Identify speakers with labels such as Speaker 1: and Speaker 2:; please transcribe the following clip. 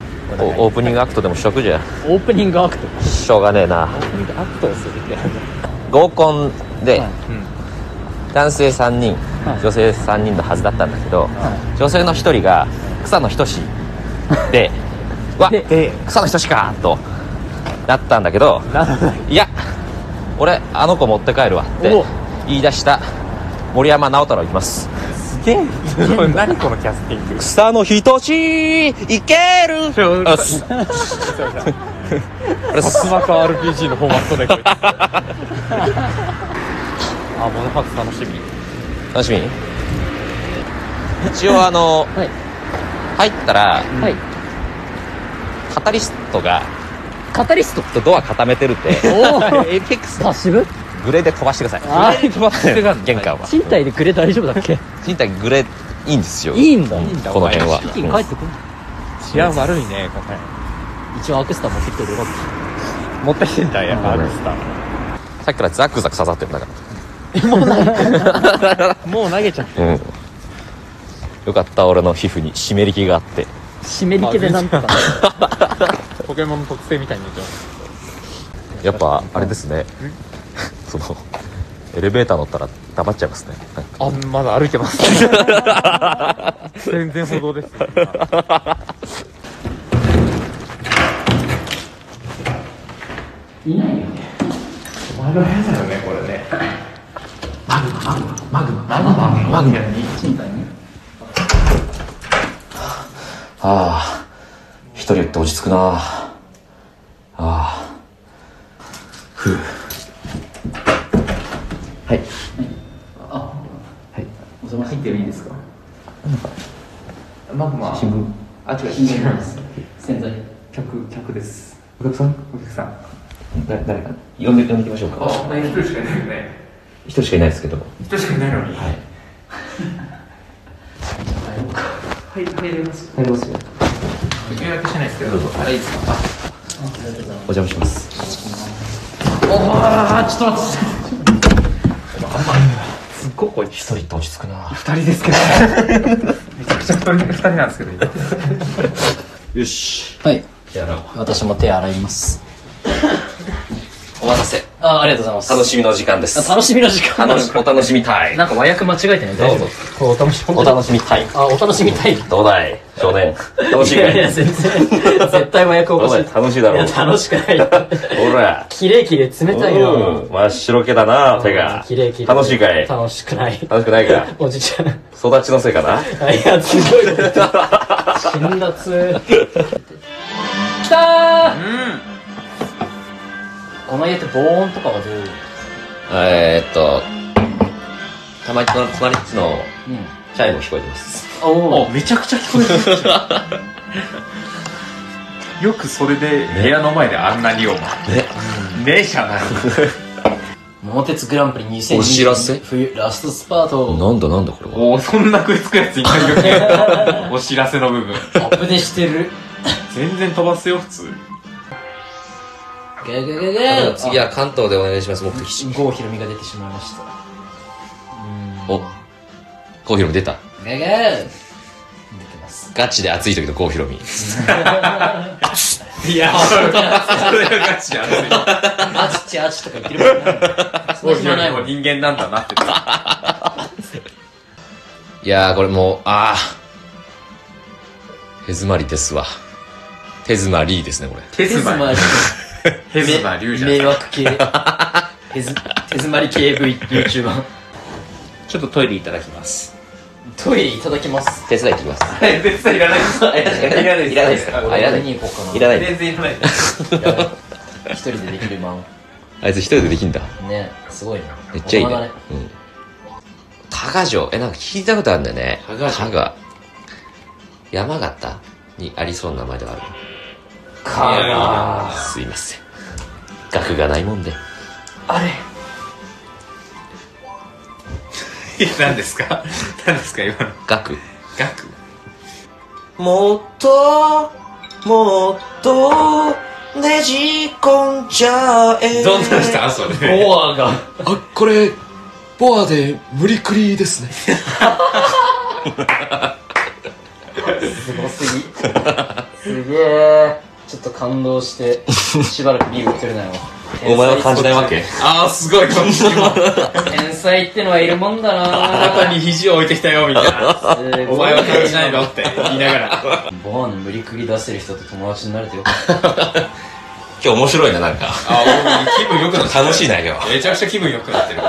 Speaker 1: これ
Speaker 2: おオープニングアクトでもしとくじゃ
Speaker 1: オープニングアクト
Speaker 2: しょうがねえな
Speaker 1: オープニングアクトをするって
Speaker 2: 合コンで
Speaker 1: はい
Speaker 2: 男性3人
Speaker 1: はい
Speaker 2: 女性3人のはずだったんだけど
Speaker 1: は
Speaker 2: 女性の1人が草野仁 でうわ
Speaker 1: で
Speaker 2: 草野仁かとなったんだけど
Speaker 1: ならない
Speaker 2: いや俺あの子持って帰るわって
Speaker 1: お
Speaker 2: 言い出した森山直太朗いきます
Speaker 1: すげえ何このキャスティング
Speaker 2: 草野仁志いけるあす あれす
Speaker 3: スマカ RPG のフォーマットでこいつ
Speaker 1: あモノハーツ楽しみ
Speaker 2: 楽しみ一応あの
Speaker 1: はい
Speaker 2: 入ったら
Speaker 1: はい
Speaker 2: カタリストが
Speaker 1: カタリスト
Speaker 2: ドア固めてるって
Speaker 1: おおエピックスパッシブ
Speaker 2: グレーで飛ばしてくださ
Speaker 1: あ
Speaker 3: 左に飛ばしてるがん
Speaker 2: い玄関は
Speaker 1: 賃貸でくれ大丈夫だっけ
Speaker 2: 賃貸グレーいいんですよ
Speaker 1: いいんだ
Speaker 2: う
Speaker 1: いいんだ
Speaker 2: この辺は
Speaker 1: 資金返ってくる
Speaker 3: 治安悪いねこれ
Speaker 1: 一応アクスタ持ってきてるよかっ
Speaker 3: 持ってきてんだやっぱ
Speaker 2: う
Speaker 3: ア
Speaker 2: ん
Speaker 3: ルスタ
Speaker 2: さっきからザクザク刺さってるんだか
Speaker 3: ーもう投げちゃっ
Speaker 2: らうんよかった俺の皮膚に湿り気があって
Speaker 1: た湿り気でなんとか
Speaker 3: たポケモンの特性みたいになっちゃう
Speaker 2: やっぱあれですねそのエレベーター乗ったら黙っちゃいますねなんか
Speaker 3: あまだ歩いてます全然歩道ですよ
Speaker 1: いないよね
Speaker 3: お前の部屋だよねこれね
Speaker 1: マグマに賃貸ね
Speaker 2: ああ一人って落ち着くなああふうはい
Speaker 1: お邪魔してもいいですか
Speaker 3: マグマ
Speaker 2: 新聞
Speaker 3: あ違う
Speaker 1: 違います洗剤
Speaker 3: 客客です
Speaker 2: お客さん
Speaker 3: お客さん
Speaker 2: 誰誰か呼んで呼んできましょうか
Speaker 3: あ一人しかいないよね
Speaker 2: 一人しかいないですけど
Speaker 3: 一人しかいないのに
Speaker 2: はい
Speaker 3: はい入れます
Speaker 2: 入りますよ
Speaker 3: 予約してないですけどあれいいですか
Speaker 2: お邪魔します
Speaker 3: すっごいこい
Speaker 2: 一人って落ち着くな
Speaker 3: 二人ですけどめちゃくちゃ二人二人なんですけど今
Speaker 2: よし
Speaker 1: はい
Speaker 2: やろう
Speaker 1: 私も手洗いますお待たせあありがとうございま
Speaker 2: 楽しみの時間です
Speaker 1: す楽しみの時間
Speaker 2: 楽しお楽しみたい
Speaker 1: なんか和訳間違えてない
Speaker 2: どうぞ
Speaker 3: こうお楽しみ
Speaker 2: お楽しみたい
Speaker 1: あお楽しみたい
Speaker 2: どうだい少年楽しい
Speaker 1: い
Speaker 2: か
Speaker 1: やい
Speaker 2: い
Speaker 1: や全然絶対和訳お
Speaker 2: どう
Speaker 1: か
Speaker 2: だ
Speaker 1: し
Speaker 2: い
Speaker 1: い
Speaker 2: 楽しいだろう
Speaker 1: いや楽しくない
Speaker 2: ほら
Speaker 1: キレキレ冷たいな
Speaker 2: うん真っ白けだな手が
Speaker 1: キレキレ
Speaker 2: 楽しいかい
Speaker 1: 楽しくない
Speaker 2: 楽しくないか
Speaker 1: おじちゃん
Speaker 2: 育ちのせいかな
Speaker 1: あいやすごい辛辣きたーこの家って防音とかはどう
Speaker 2: えーっとたまに隣隣っちの
Speaker 1: うん
Speaker 2: チャイム聞こえてます
Speaker 1: おお
Speaker 3: めちゃくちゃ聞こえてる よくそれで部屋の前であんなにお前
Speaker 2: ね
Speaker 3: ねえじゃない
Speaker 1: 桃鉄グランプリ2020
Speaker 2: お知らせ
Speaker 1: 冬ラストスパート
Speaker 2: なんだなんだこれは
Speaker 3: おおそんな食いつくやついないよね お知らせの部分
Speaker 1: アップデしてる
Speaker 3: 全然飛ばすよ普通
Speaker 1: ゲゲゲゲ
Speaker 2: 次は関東でお願いします目的地
Speaker 1: 郷ひろみが出てしまいました
Speaker 2: お郷ひろみ出た
Speaker 1: ゲゲー出てます
Speaker 2: ガチで暑い時の郷ひろみ
Speaker 3: いやそれがガチやつ
Speaker 1: あちっちゃいあちとか言ってるもんなそんな暇ないもん
Speaker 3: 人間なんだなって
Speaker 2: いやーこれもうああ手詰まりですわ手詰まりですねこれ
Speaker 3: 手詰まり手
Speaker 1: 手
Speaker 3: 詰
Speaker 1: 詰
Speaker 3: ま
Speaker 1: ま
Speaker 3: り
Speaker 1: り
Speaker 3: 龍じゃん
Speaker 1: 迷惑系手ず手詰まり系 VTuber
Speaker 3: ちょっとトイレいただきます
Speaker 1: トイレいただきます
Speaker 2: 手伝いってきます
Speaker 3: え絶対いらないです
Speaker 2: いらないですいらないですかあいらない
Speaker 1: 俺に行こうかない
Speaker 2: らない
Speaker 3: 然いらない です
Speaker 1: 一人でできるマン
Speaker 2: あいつ一人でできんだ
Speaker 1: ねすごいな
Speaker 2: めっちゃいいね
Speaker 1: 大人だ
Speaker 2: うん加賀城えなんか聞いたことあるんだよね
Speaker 1: 加賀城
Speaker 2: 加賀山形にありそうな名前ではある
Speaker 1: か
Speaker 3: いやい
Speaker 1: な
Speaker 3: や
Speaker 2: すいません額がないもんで
Speaker 1: あれ
Speaker 3: 何ですか何ですか今の
Speaker 2: 額
Speaker 3: 額
Speaker 2: もっともっとねじ込んじゃえ
Speaker 3: どんな人それ
Speaker 1: ボアが
Speaker 2: あこれボアで無理くりですね
Speaker 1: すごすぎすげえちょっと感動してしばらくビールを取れないわ
Speaker 2: お前は感じないわけ
Speaker 3: ああ、すごい、こんな
Speaker 1: 天才ってのはいるもんだ
Speaker 3: 肩
Speaker 1: な
Speaker 3: に肘を置いてきたよ、みたい な。
Speaker 1: すご
Speaker 3: お前は感じないのって言いながら。
Speaker 1: ボアの無理くり出せる人と友達になれてよかっ
Speaker 2: 今日面白いな、なんか。
Speaker 3: ああ、気分良くなってる
Speaker 2: 楽しい内容。
Speaker 3: めちゃくちゃ気分良くなってる。